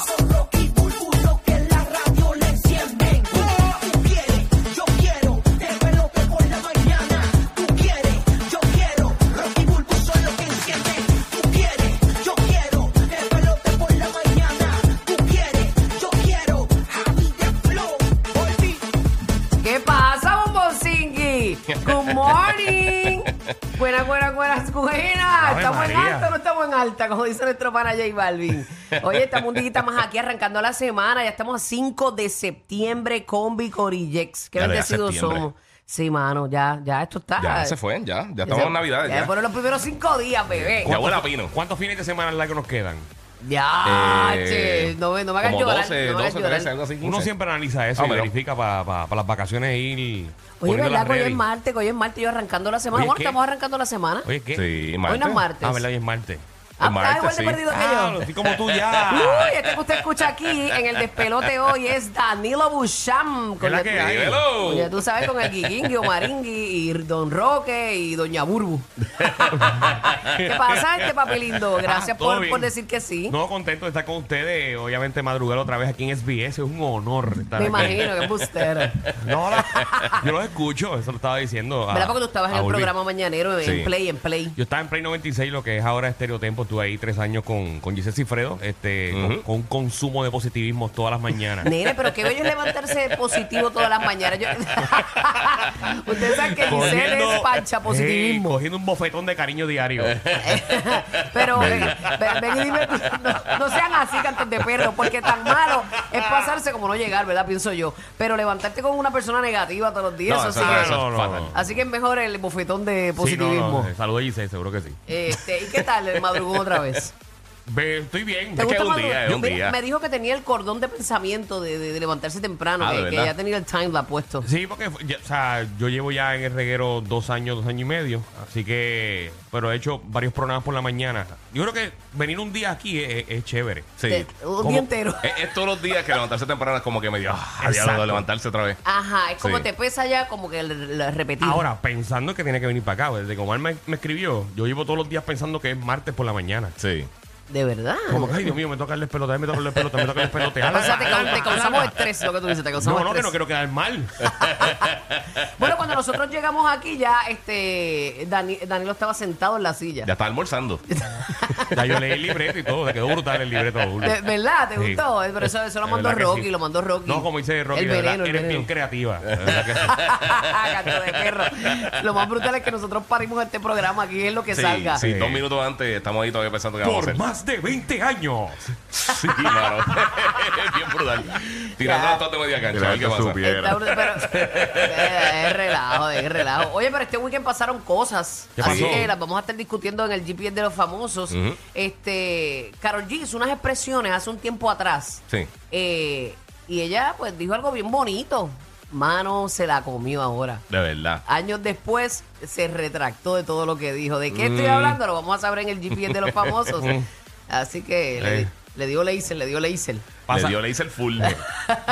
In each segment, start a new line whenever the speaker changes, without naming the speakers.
Son Rocky Burbulo que la radio le encienden. Tú quieres, yo quiero, te pelote por la mañana. Tú quieres, yo quiero, Rocky Burbu son los que encienden. Tú quieres, yo quiero, te pelote por la mañana. Tú quieres, yo quiero, Javi de Flow, Olvi.
¿Qué pasa, Bombonzinqui? Good morning. Buenas, buenas, buenas, buenas.
Ave
¿Estamos en
María.
alta o no estamos en alta? Como dice nuestro pana J Balvin. Oye, estamos un día más aquí arrancando la semana. Ya estamos a 5 de septiembre con Vicorijex. Qué
Ya le da
bendecidos
septiembre.
somos. Sí, mano, ya, ya esto está.
Ya se fue, ya. Ya estamos
se-
en Navidad.
Ya,
Ya, Eh,
fueron los primeros cinco días, bebé.
ya huele a pino.
¿Cuántos fines de semana largos nos quedan?
Ya,
Eh,
che, no, me- no me hagas
como
llorar.
12,
no me hagas
12,
llorar.
13, algo así. 15.
Uno siempre analiza eso
Ah,
y
bueno.
verifica para las vacaciones ir.
Oye,
poniendo
¿verdad?
las
Que hoy es
ready.
martes, que hoy es martes, yo arrancando la semana.
Oye,
bueno,
¿qué?
estamos arrancando la semana.
Oye, ¿qué?
Sí,
hoy no es
martes.
martes.
Ah, ¿verdad? Hoy es martes.
Ah,
Es martes,
está igual de
sí.
perdido que
Ah,
yo.
lo estoy como tú ya.
Uy, este que usted escucha aquí en el despelote hoy es Danilo Busham.
¿Qué es la que hay?
Dímelo.
Ya tú sabes, con el Guiguingui, Maringui y Don Roque y Doña Burbu. ¿Qué pasa, este papi lindo? Gracias
Ah, todo
por,
bien.
por decir que sí.
No, contento de estar con ustedes. Obviamente, madrugar otra vez aquí en SBS es un honor estar
Me
aquí.
imagino que es bustero. ¿Verdad?
No, la- yo los escucho, eso lo estaba diciendo. a-
Porque tú estabas en
a
el
Urbi.
programa mañanero en
Sí.
Play, en Play.
Yo estaba en Play 96, lo que es ahora Estereotempo. Estuve ahí tres años con, con Giselle Cifredo, este, con- con, un consumo de positivismo todas las mañanas.
Nene, pero qué bello es levantarse positivo todas las mañanas. Yo- Ustedes saben que Giselle es
Cogiendo-
pancha positivismo.
Sí, cogiendo un bofetón de cariño diario.
Pero eh, ven, ven y dime, no, no sean así cantos de perro, porque tan malo es pasarse como no llegar, ¿verdad? Pienso yo. Pero levantarte con una persona negativa todos los días,
No,
eso
eso
sí
no,
es-
eso
no, no,
fatal.
no.
Así que es mejor el bofetón de
Sí, no,
positivismo.
no, Saludos eh, a Giselle, seguro que sí.
Este, ¿Y qué tal el madrugón otra vez?
Ve, estoy bien.
¿Te
Es que
gusta
es un día,
madrugar?
es un
Mira,
día.
Me dijo que tenía el cordón de pensamiento de, de- de levantarse temprano,
Ah,
que,
¿de
que
verdad?
ya tenía el timeline puesto.
Sí, porque fue- ya- o sea, yo llevo ya en el reguero dos años, dos años y medio. Así que, pero he hecho varios programas por la mañana. Yo creo que venir un día aquí es, es chévere.
Sí.
Te- un
¿Cómo?
día entero.
Es, es todos los días que levantarse temprano es como que medio. Ah, diablo,
Exacto.
levantarse otra vez.
Ajá, es como
Sí.
te pesa ya como que el- el repetir.
Ahora, pensando que tiene que venir para acá, desde que Omar me, me escribió, yo llevo todos los días pensando que es martes por la mañana.
Sí.
De verdad.
Como que, ay, Dios mío, me toca el despelote, me toca el despelote, me toca el despelote.
O sea, te, cau- te causamos estrés, lo que tú dices, te causamos
No, no, que
estrés.
no quiero quedar mal.
Bueno, cuando nosotros llegamos aquí ya, este, Dani- Danilo estaba sentado en la silla.
Ya está almorzando.
Ya yo leí el libreto y todo, se quedó brutal el libreto. Julio.
De- ¿Verdad? ¿Te
Sí.
gustó? Eh, Pero eso, eso lo
De
mandó
verdad que
Rocky,
sí.
lo mandó Rocky.
No, como dice Rocky,
el
de verdad,
veneno, el
eres
veneno.
bien creativa. de verdad que sí.
Canto de perro. Lo más brutal es que nosotros parimos este programa aquí, es lo que
Sí,
salga.
sí,
Sí.
dos minutos antes estamos ahí todavía pensando que vamos a
Por
hacer.
más de 20 años.
Sí, mano. Bien brutal. Tirando
Ya.
las dos de media cancha. A ver qué
Mira,
pasa.
supiera.
Está brutal, pero eh, es relajo, es relajo. Oye, pero este weekend pasaron cosas.
¿Qué
así
pasó?
que las vamos a estar discutiendo en el GPS de los famosos. Este, Carol G hizo unas expresiones hace un tiempo atrás.
Sí.
Eh, y ella, pues, dijo algo bien bonito. Mano, se la comió ahora.
De verdad.
Años después se retractó de todo lo que dijo. ¿De qué estoy hablando? Lo vamos a saber en el GPS de los famosos. Así que le,
Eh.
le dio laser, le dio laser.
Le
Pasa-
dio, le hice el full.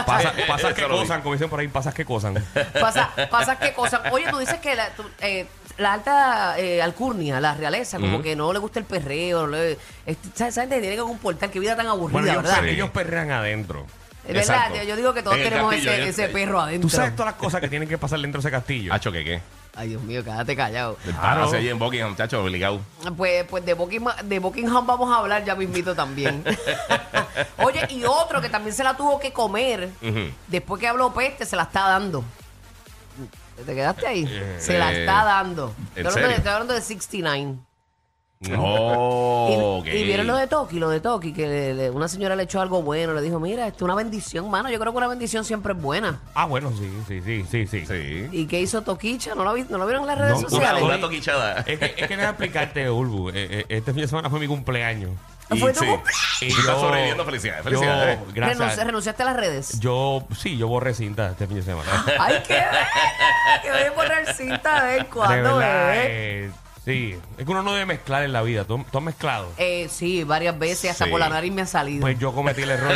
Pasa- pasas que
Eso lo vi.
cosan, como dicen por ahí, pasas que cosan.
Pasa, pasa qué cosa. Oye, tú dices que la, tú, eh, la alta eh, alcurnia, la realeza, como que no le gusta el perreo. no le- este, ¿Sabes? ¿Sabes? Tienen que un portal, qué vida tan aburrida,
Bueno, ellos,
¿verdad?
per- ellos perrean adentro.
Es verdad,
Exacto.
yo, yo digo que todos
En el
tenemos
castillo,
ese,
en el
ese
castillo.
perro adentro.
Tú sabes todas las cosas que tienen que pasar dentro de ese castillo.
Hacho, que qué.
Ay, Dios mío, quédate callado.
El
Claro.
palacio allí en Buckingham, chacho, obligado.
Pues, pues de, Buckingham, de Buckingham vamos a hablar ya mismito también. Oye, y otro que también se la tuvo que comer,
Ujú.
después que habló peste, se la está dando. ¿Te quedaste ahí? se la
eh,
está dando.
¿en
Estoy hablando, de,
serio?
estoy hablando de 69. Y-
No.
y, vieron lo de Toki, lo de Toki, que le- le- una señora le echó algo bueno, le dijo, mira, esto es una bendición, mano, yo creo que una bendición siempre es buena.
Ah, bueno, sí, sí, sí, sí, sí.
Sí.
¿Y qué hizo Toquicha? ¿No lo, vi- no lo vieron en las redes
No,
Una,
sociales?
una toquichada.
Es que, es que déjame explicarte, Urbu. eh, eh, este fin de semana fue mi cumpleaños.
Y,
Fue tu
sí,
cumpleaños.
y tú estás sobreviviendo. Felicidades,
yo-
felicidades.
Renunci-
gracias.
renunciaste a las redes.
Yo, sí, yo borré cinta este fin de semana.
Ay, qué bebé. Que voy a poner cinta de vez en
De
cuando,
verdad,
bebé.
eh, sí, es que uno no debe mezclar en la vida. Tú, tú has mezclado.
Eh, sí, varias veces, hasta
Sí.
por la nariz me ha salido.
Pues yo cometí el error.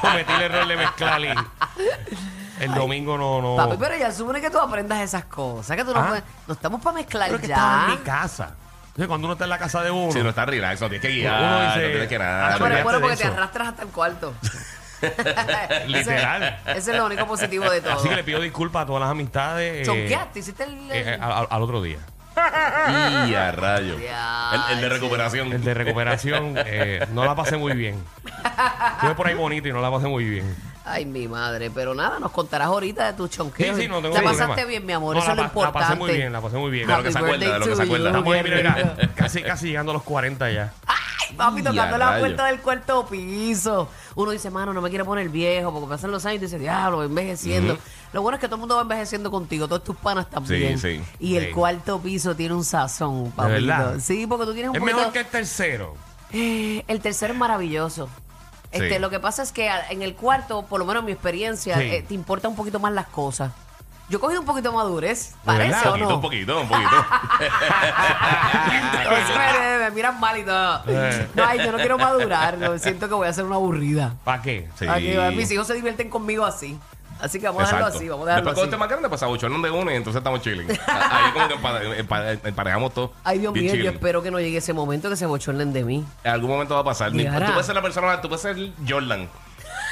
cometí el error de mezclar y el domingo no. no.
Papi, pero ya supone que tú aprendas esas cosas, que tú no
oh. Ah.
puedes- No estamos para mezclar
Pero es que estaba en
ya.
mi casa. Entonces, cuando uno está en la casa de uno.
Si no estás relax, no tienes que
Uno
guiar,
dice,
no tienes que
"Ah,
nada.
No, pero es
olvídate
bueno
de
porque te
eso".
arrastras hasta el cuarto. Ese-
Literal.
Ese es lo único positivo de todo.
Así que le pido disculpas a todas las amistades. eh,
Chonqueaste, hiciste el.
eh, eh, al, al otro día.
Y a rayo.
Ya,
El, el de recuperación.
El de recuperación eh, no la pasé muy bien. Estuve por ahí bonito y no la pasé muy bien.
Ay, mi madre, pero nada, nos contarás ahorita de tus
Sí,
chonqueos.
sí, no tengo
la
problema.
pasaste bien, mi amor,
No,
eso es
la
lo
pa-
importante.
La pasé muy bien, la pasé muy bien.
De lo que se
Happy
acuerda, de lo que se
birthday to
acuerda.
you,
Estamos ahí, mira, mira,
Guerrero.
casi, casi llegando a los 40 ya.
Ah, Papi, tocando
Ya,
la
rayo.
puerta del cuarto piso. Uno dice, mano, no me quiero poner viejo, porque pasan los años y dice, diablo, voy envejeciendo. Lo bueno es que todo el mundo va envejeciendo contigo, todos tus panas también.
sí.
Y el
Sí.
cuarto piso tiene un sazón, papito.
verdad?
Sí, porque tú tienes un
Es
poquito-
mejor que el tercero.
Eh, el tercero es maravilloso. Este,
Sí.
Lo que pasa es que a- en el cuarto, por lo menos en mi experiencia,
Sí.
eh, te importa un poquito más las cosas. Yo he cogido un poquito de madurez,
verdad?
parece o
Un poquito,
no.
un poquito, un poquito.
Entonces, me, me miran mal y todo.
Eh.
No, ay, yo no quiero madurar. no, siento que voy a ser una aburrida.
¿Para qué?
Sí.
Aquí va, mis hijos se divierten conmigo así. Así que vamos a dejarlo
Exacto.
así, vamos a dejarlo
Después cuando esté
así.
más grande, pues abochornan de uno y entonces estamos chilling. Ahí como que empa- empa- emparejamos todo.
Ay, Dios
Bien
mío, yo
chilling.
espero que no llegue ese momento que se bochornen de mí.
En algún momento va a pasar. Ni-
Diara.
Tú puedes ser la persona, tú puedes ser Jordan.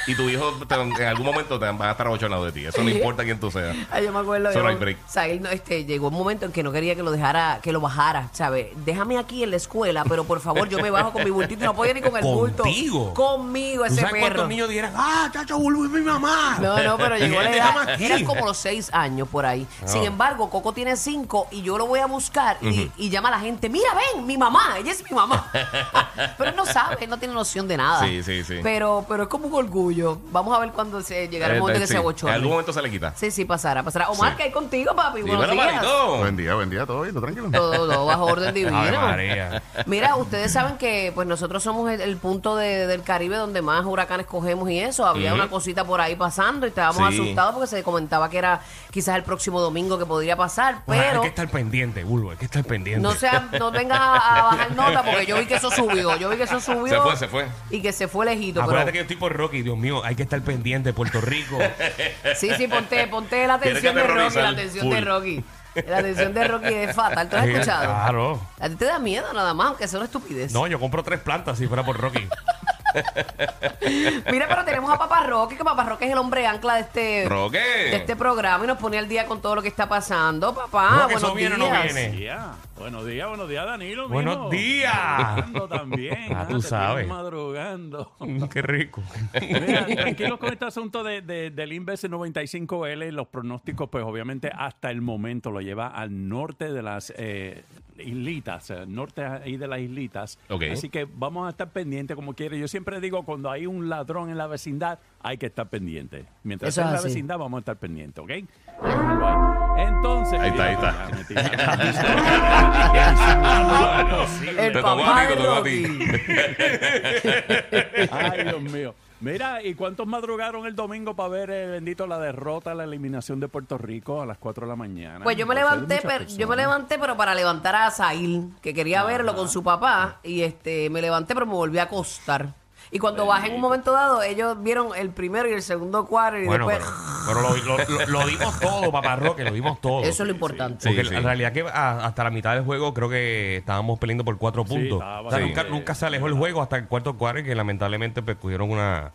Y tu hijo te- en algún momento te va a estar abochornado de ti. Eso no importa quién tú seas.
Ay, yo me acuerdo.
Solo
yo-
hay break.
o sea, él no- este, llegó un momento en que no quería que lo dejara, que lo bajara, ¿sabes? Déjame aquí en la escuela, pero por favor, yo me bajo con mi bultito. No podía ni con el bulto.
¿Contigo?
Conmigo,
¿Tú
ese
sabes
perro.
cuántos niños dijeran, ah, chacho, volví mi mamá?
No, no, pero llegó la
Déjame
edad.
aquí.
Eran como los seis años por ahí.
Ah.
Sin embargo, Coco tiene cinco y yo lo voy a buscar y, y llama a la gente. Mira, ven, mi mamá, ella es mi mamá. pero él no sabe, él no tiene noción de nada.
Sí, sí, sí.
Pero, pero es como un orgullo. Vamos a ver cuando se llegará el
Eh,
momento que
sí.
se
En algún
abochorne.
momento se le quita.
Sí, sí, pasará, pasará. Omar,
Sí.
que hay contigo, papi.
Dímelo,
Buenos días.
manito.
Buen día, buen día, todo bien, todo tranquilo.
Todo, todo bajo orden divino.
Ave María.
Mira, ustedes saben que pues nosotros somos el, el punto de- del Caribe donde más huracanes cogemos y eso. Había una cosita por ahí pasando y estábamos
Sí.
asustados porque se comentaba que era quizás el próximo domingo que podría pasar,
Bueno,
pero
Pues Hay que estar pendiente, Bulbo, hay que estar pendiente.
no sean, no vengan a, a bajar nota porque yo vi que eso subió, yo vi que eso subió.
Se fue, se fue.
Y que se fue lejito.
Acuérdate que
pero,
yo estoy por Rocky, Dios mío, hay que estar pendiente, Puerto Rico.
Sí, sí, ponte, ponte la
Tienes que
atención de Rocky, la
aterrorizar
atención
full.
de Rocky. La atención de Rocky es fatal, ¿tú has
Sí,
escuchado?
Eh, claro.
A ti te da miedo nada más, aunque sea una estupidez.
No, yo compro tres plantas si fuera por Rocky. eh.
Mira, pero tenemos a Papá Roque, que Papá Roque es el hombre ancla de este,
Roque.
de este programa y nos pone al día con todo lo que está pasando, papá.
Roque, ¿eso
Ah, buenos
viene o no
días.
viene?
Ya. Buenos días, buenos días, Danilo.
Buenos
mijo.
días.
Madrugando también.
Ah,
ah,
tú
te
sabes.
tienes Madrugando.
Mm, Qué rico.
Mira, tranquilos con este asunto de, de- del Inverse 95L. Los pronósticos, pues obviamente hasta el momento lo lleva al norte de las eh, islitas, eh, norte ahí de las islitas.
Ok.
Así que vamos a estar pendientes como quiere. Yo siempre digo, cuando hay un ladrón en la vecindad, hay que estar pendiente. Mientras
Eso
esté en
es
la
así.
vecindad, vamos a estar pendientes, ¿ok? Entonces...
Ahí está, ahí está.
Ya me tiraron. Bueno, sí.
El
Te tocó
papá
a ti,
de
te tocó a
Rocky.
Ay, Dios mío. Mira, ¿y cuántos madrugaron el domingo para ver, eh, bendito, la derrota, la eliminación de Puerto Rico a las 4 de la mañana?
Pues yo me
Entonces,
levanté,
muchas
pero, yo me
personas.
levanté, pero para levantar a Sail, que quería verlo con su papá, y este, me levanté, pero me volví a acostar. Y cuando bajé en un momento dado, ellos vieron el primero y el segundo cuadro y
Bueno,
después.
pero, pero lo, lo- lo- lo dimos todo, papá Roque, lo dimos todo.
Eso es lo importante.
Porque
Sí,
la
sí.
realidad que a- hasta la mitad del juego creo que estábamos peleando por cuatro puntos.
estaba
O sea,
sí.
nunca, nunca se alejó el juego hasta el cuarto cuadro que lamentablemente pues, cogieron una,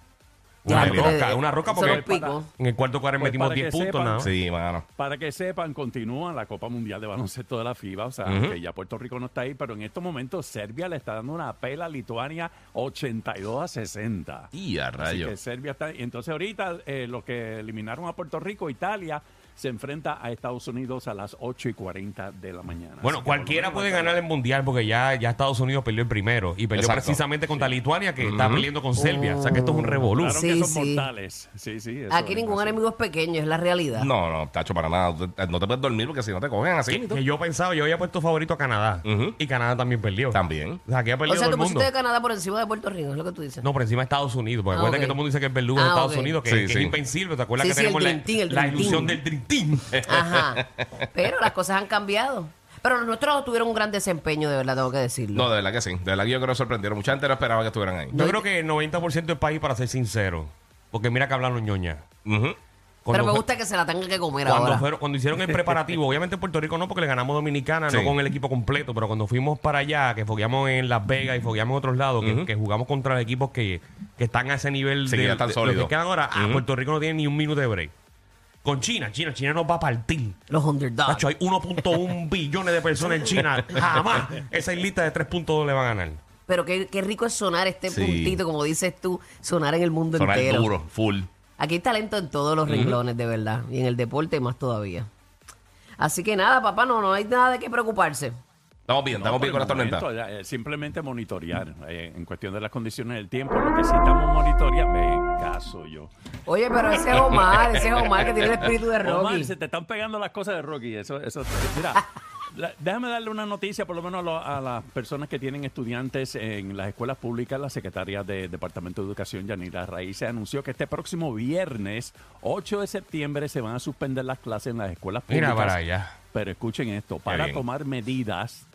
Ya,
una
pero-
roca. Una roca
eso
porque
nos picó.
en el cuarto cuadro
Pues
metimos
para
10
que
puntos
sepan-
nada. más.
Sí, mano.
Para que sepan, continúa la Copa Mundial de Baloncesto de la FIBA, o sea, que ya Puerto Rico no está ahí, pero en estos momentos Serbia le está dando una pela a Lituania 82 a 60.
Y a
Así
rayo.
que Serbia está. y Entonces, ahorita eh, los que eliminaron a Puerto Rico, Italia, se enfrenta a Estados Unidos a las 8 y 40 de la mañana.
Bueno,
Así que
cualquiera
por lo
puede
menos
ganar el mundial porque ya, ya Estados Unidos perdió el primero y perdió
Exacto.
precisamente contra Lituania que está peleando con Serbia. O sea que esto es un revolú.
Claro que
Sí,
son
sí.
mortales. Sí, sí. eso
Aquí
es
ningún
así.
enemigo es pequeño, es la realidad.
No, no, tacho, para nada. No te puedes dormir porque si no te cogen así.
Que, que yo pensaba, yo había puesto favorito a Canadá
Ujú.
y Canadá también perdió.
También.
O sea, que ha perdido
O sea,
todo
tú
el mundo.
pusiste de Canadá por encima de Puerto Rico, es lo que tú dices.
No, por encima de Estados Unidos. Porque
Ah,
acuérdate
ok.
que todo el mundo dice que el verdugo de
Ah,
Estados
ok.
Unidos, que,
Sí,
que
sí.
es invencible. ¿Te acuerdas
Sí,
que
sí,
tenemos
el
la,
Dream Team, el
la
Dream Team.
ilusión del Dream Team?
Ajá. Pero las cosas han cambiado. Pero los nuestros tuvieron un gran desempeño, de verdad, tengo que decirlo.
No, de verdad que sí. De verdad que yo creo que sorprendieron. Mucha gente no esperaba que estuvieran ahí.
Yo creo que el 90% del país, para ser sincero. Porque mira que hablaron ñoña.
Ujú.
Cuando
Pero me
fue-
gusta que se la tengan que comer
Cuando,
ahora.
fueron- cuando hicieron el preparativo, obviamente en Puerto Rico no, porque le ganamos a Dominicana, no
Sí.
con el equipo completo, pero cuando fuimos para allá, que fogueamos en Las Vegas y fogueamos en otros lados, que- que, jugamos contra equipos que, que están a ese nivel
Sí, que ya están
los
sólidos.
que quedan ahora, ah, Puerto Rico no tiene ni un minuto de break. Con China, China, China nos va a partir.
Los underdogs.
Nacho, hay 1.1 billones de personas en China. Jamás esa islita de 3.2 le va a ganar.
Pero qué, qué rico es sonar este
Sí.
puntito, como dices tú, sonar en el mundo
Sonar
entero.
duro, full.
Aquí hay talento en todos los renglones, de verdad. Y en el deporte más todavía. Así que nada, papá, no, no hay nada de qué preocuparse.
Estamos bien,
No,
estamos bien con
por el
las tormentas.
momento, ya, eh, simplemente monitorear eh, en cuestión de las condiciones del tiempo. Lo que sí estamos monitoreando, me caso yo.
Oye, pero ese es Omar, ese es Omar que tiene el espíritu de Rocky.
Omar, se te están pegando las cosas de Rocky. Eso, eso, mira, la- déjame darle una noticia, por lo menos a, lo- a las personas que tienen estudiantes en las escuelas públicas. La secretaria de Departamento de Educación, Yanira Raíz, se anunció que este próximo viernes, 8 de septiembre, se van a suspender las clases en las escuelas públicas.
Mira para allá.
Pero escuchen esto, para
bien.
tomar medidas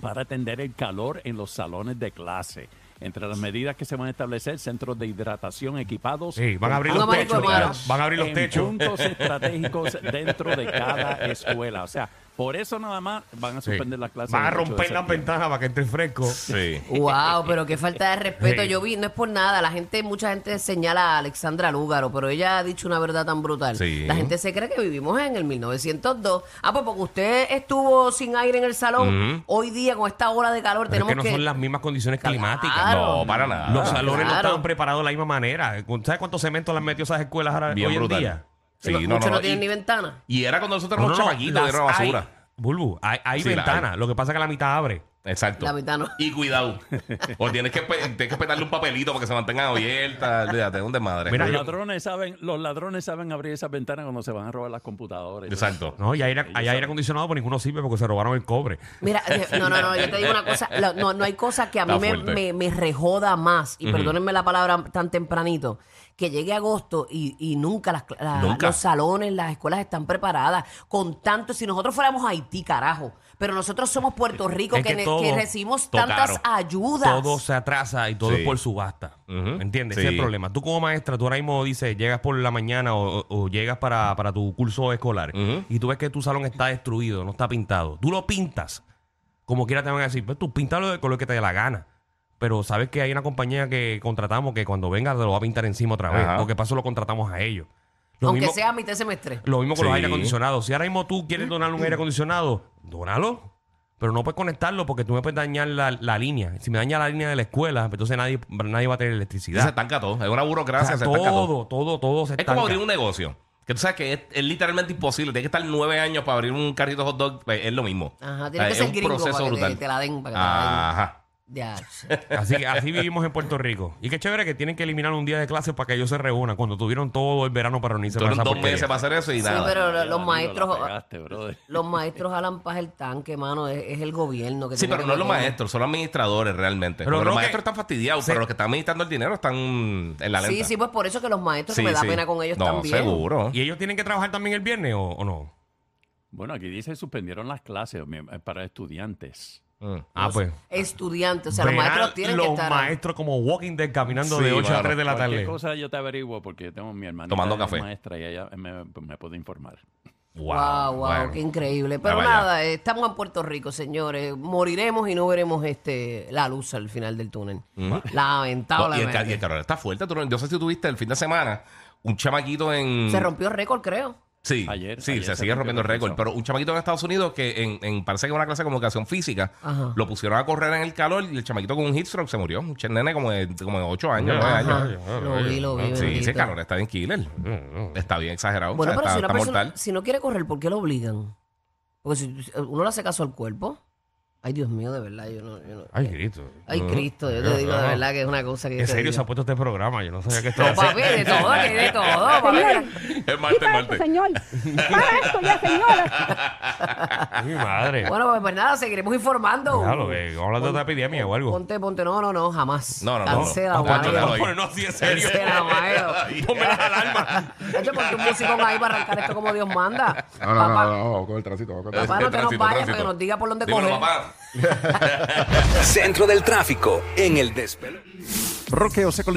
para atender el calor en los salones de clase. Entre las medidas que se van a establecer, centros de hidratación equipados.
Sí, van a
con
abrir
los
agua
techos,
potable
claro, van a abrir los
en
techos.
Puntos estratégicos dentro de cada escuela. O sea, por eso nada más van a
Sí.
suspender las clases.
Van a
del 8 de
romper las
septiembre.
ventanas para que entre fresco.
Sí.
Wow, pero qué falta de respeto.
Sí.
Yo vi, no es por nada. La gente, mucha gente señala a Alexandra Lúgaro, pero ella ha dicho una verdad tan brutal.
Sí.
La gente se cree que vivimos en el 1902. Ah, pues porque usted estuvo sin aire en el salón. Hoy día, con esta ola de calor,
Pero
tenemos
es que no son las mismas condiciones
Claro.
climáticas.
No, para nada.
Los salones no
Claro.
estaban preparados de la misma manera. ¿Sabes cuánto cemento le han metido esas escuelas ahora,
Bien
hoy en
brutal.
día?
Sí,
No,
no,
muchos no,
no,
tienen
y-
ni ventana.
Y era cuando nosotros
No,
éramos
no, no,
chamaquitos,
las
era basura.
hay. Bulbu, hay, hay
Sí, la
ventanas. Lo que pasa es que la mitad abre.
Exacto.
La mitad no.
Y cuidado. o tienes que, pe- tienes que petarle un papelito para que se mantengan abiertas. Fíjate, un desmadre.
Mira,
Los
yo-
ladrones, saben, los ladrones saben abrir esas ventanas cuando se van a robar las computadoras.
Exacto.
No, y aire, hay aire acondicionado, pero ninguno sirve porque se robaron el cobre.
Mira, eh, no, no, no, yo te digo una cosa, la- no, no hay cosa que a mí
Está
me,
fuerte.
me- me rejoda más, y perdónenme la palabra tan tempranito, que llegue agosto y, y nunca, las, cla- la-
Nunca.
los salones, las escuelas están preparadas con tanto, si nosotros fuéramos Haití, carajo, pero nosotros somos Puerto Rico
Es
que,
que
ne-
todo-
que recibimos
todo
tantas
caro.
ayudas.
Todo se atrasa y todo
Sí.
es por subasta.
Ujú.
¿Entiendes?
Sí.
Ese es el problema. Tú como maestra, tú ahora mismo dices, llegas por la mañana o, o- o llegas para, para tu curso escolar
Ujú.
y tú ves que tu salón está destruido, no está pintado. Tú lo pintas. Como quiera te van a decir, pues tú píntalo de color que te dé la gana. Pero sabes que hay una compañía que contratamos que cuando venga te lo va a pintar encima otra vez.
Ajá.
Porque paso lo contratamos a ellos. Lo
aunque
mismo-
sea a mitad de semestre.
lo mismo con los
Sí.
aire acondicionados. Si ahora mismo tú quieres donar un aire acondicionado, dónalo. Pero no puedes conectarlo porque tú me puedes dañar la, la línea. Si me daña la línea de la escuela, pues entonces nadie, nadie va a tener
Y se
electricidad.
estanca todo. Es una
O
burocracia,
sea,
se
todo,
estanca todo.
todo, todo, se
Es
estanca.
como abrir un negocio. Que tú sabes que es, es literalmente imposible. Tienes que estar nueve años para abrir un carrito hot dog. Pues, es lo mismo.
Ajá,
tiene
tienes que ser gringo para que te- te la den, para que te la den.
Ajá.
Ya.
Así, que así vivimos en Puerto Rico. Y qué chévere que tienen que eliminar un día de clase para que ellos se reúnan cuando tuvieron todo el verano para reunirse. para
Tuvieron
esa
dos
porquería.
meses para hacer eso y
Sí,
nada.
pero lo-
Ya,
los
Danilo,
maestros...
la pegaste, brother.
Los maestros jalan paz el tanque, mano, es, es el gobierno que
Sí,
tiene
pero
que
no los
meter-
maestros, son los administradores realmente.
Pero
Porque
creo
los
que-
maestros están fastidiados,
Sí.
pero los que están administrando el dinero están en la lenta.
Sí, sí, pues por eso que los maestros
Sí,
me da
sí.
pena con ellos
no,
también.
seguro.
¿Y ellos tienen que trabajar también el viernes o, o no?
Bueno, aquí dice suspendieron las clases mi- eh, para estudiantes.
Mm.
Ah, pues.
Estudiantes, o sea,
Verán
los maestros tienen
los
que estar.
maestros como Walking Dead caminando
Sí,
de 8 a
mano.
3 de la
Cualquier
tarde.
cosa yo te averiguo porque yo tengo mi hermana.
Tomando
ella es
café.
maestra y ella me, pues, me puede informar.
Wow, wow,
bueno.
qué increíble. Pero
vaya.
nada, eh, estamos en Puerto Rico, señores. Moriremos y no veremos este la luz al final del túnel.
Mm. No, y, el, ca- y el
Lamentablemente.
calor está fuerte. tú no- yo sé si tuviste el fin de semana un chamaquito en.
Se rompió récord, creo.
Sí,
Ayer-
sí,
ayer
se
se
sigue
rompió
rompiendo
el
récord.
récord.
Pero un chamaquito en Estados Unidos que en, en- parece que en una clase de comunicación física
Ajá.
lo pusieron a correr en el calor y el chamaquito con un heat stroke se murió. Un ch- nene como de, como de 8 años, 9
Ajá.
años.
Lo vi, lo vi.
Sí,
bendito.
ese calor está bien killer.
Mm,
Está bien exagerado.
Bueno,
o sea,
pero
está,
si una
está
persona
mortal.
si no quiere correr, ¿por qué lo obligan? Porque si uno le hace caso al cuerpo. Ay, Dios mío, de verdad, yo no. yo no-
Ay, Cristo. Ah,
Ay, Cristo, yo te digo de verdad que es una cosa que. yo
En
te
serio
digo.
se ha puesto este programa. Yo no sabía que esto
No, papi, de todo, que de todo. papi.
Es
Quita
Marte,
esto,
Marte.
señor. Para esto ya, señora.
Mi madre.
Bueno, pues, pues nada, seguiremos informando.
Ya lo que- vamos a hablar de otra epidemia o algo.
Ponte, ponte, no, no, no, jamás.
No, no, no, no.
Cancela,
Ponte,
Guayo.
ponte, déjalo ahí.
Bueno, no, sí, en serio.
Cancela, Guayo.
Ponme la alarma.
De hecho, ponte un musicón ahí para arrancar esto como Dios manda.
No, no, no, no, no, con el tránsito, vamos con el
pues, Papá, no
tránsito.
te nos
Tránsito,
vayas,
tránsito.
pero nos diga por dónde
Dímelo,
coger.
papá.
Centro del tráfico en el despelo.
Roqueo sé con la información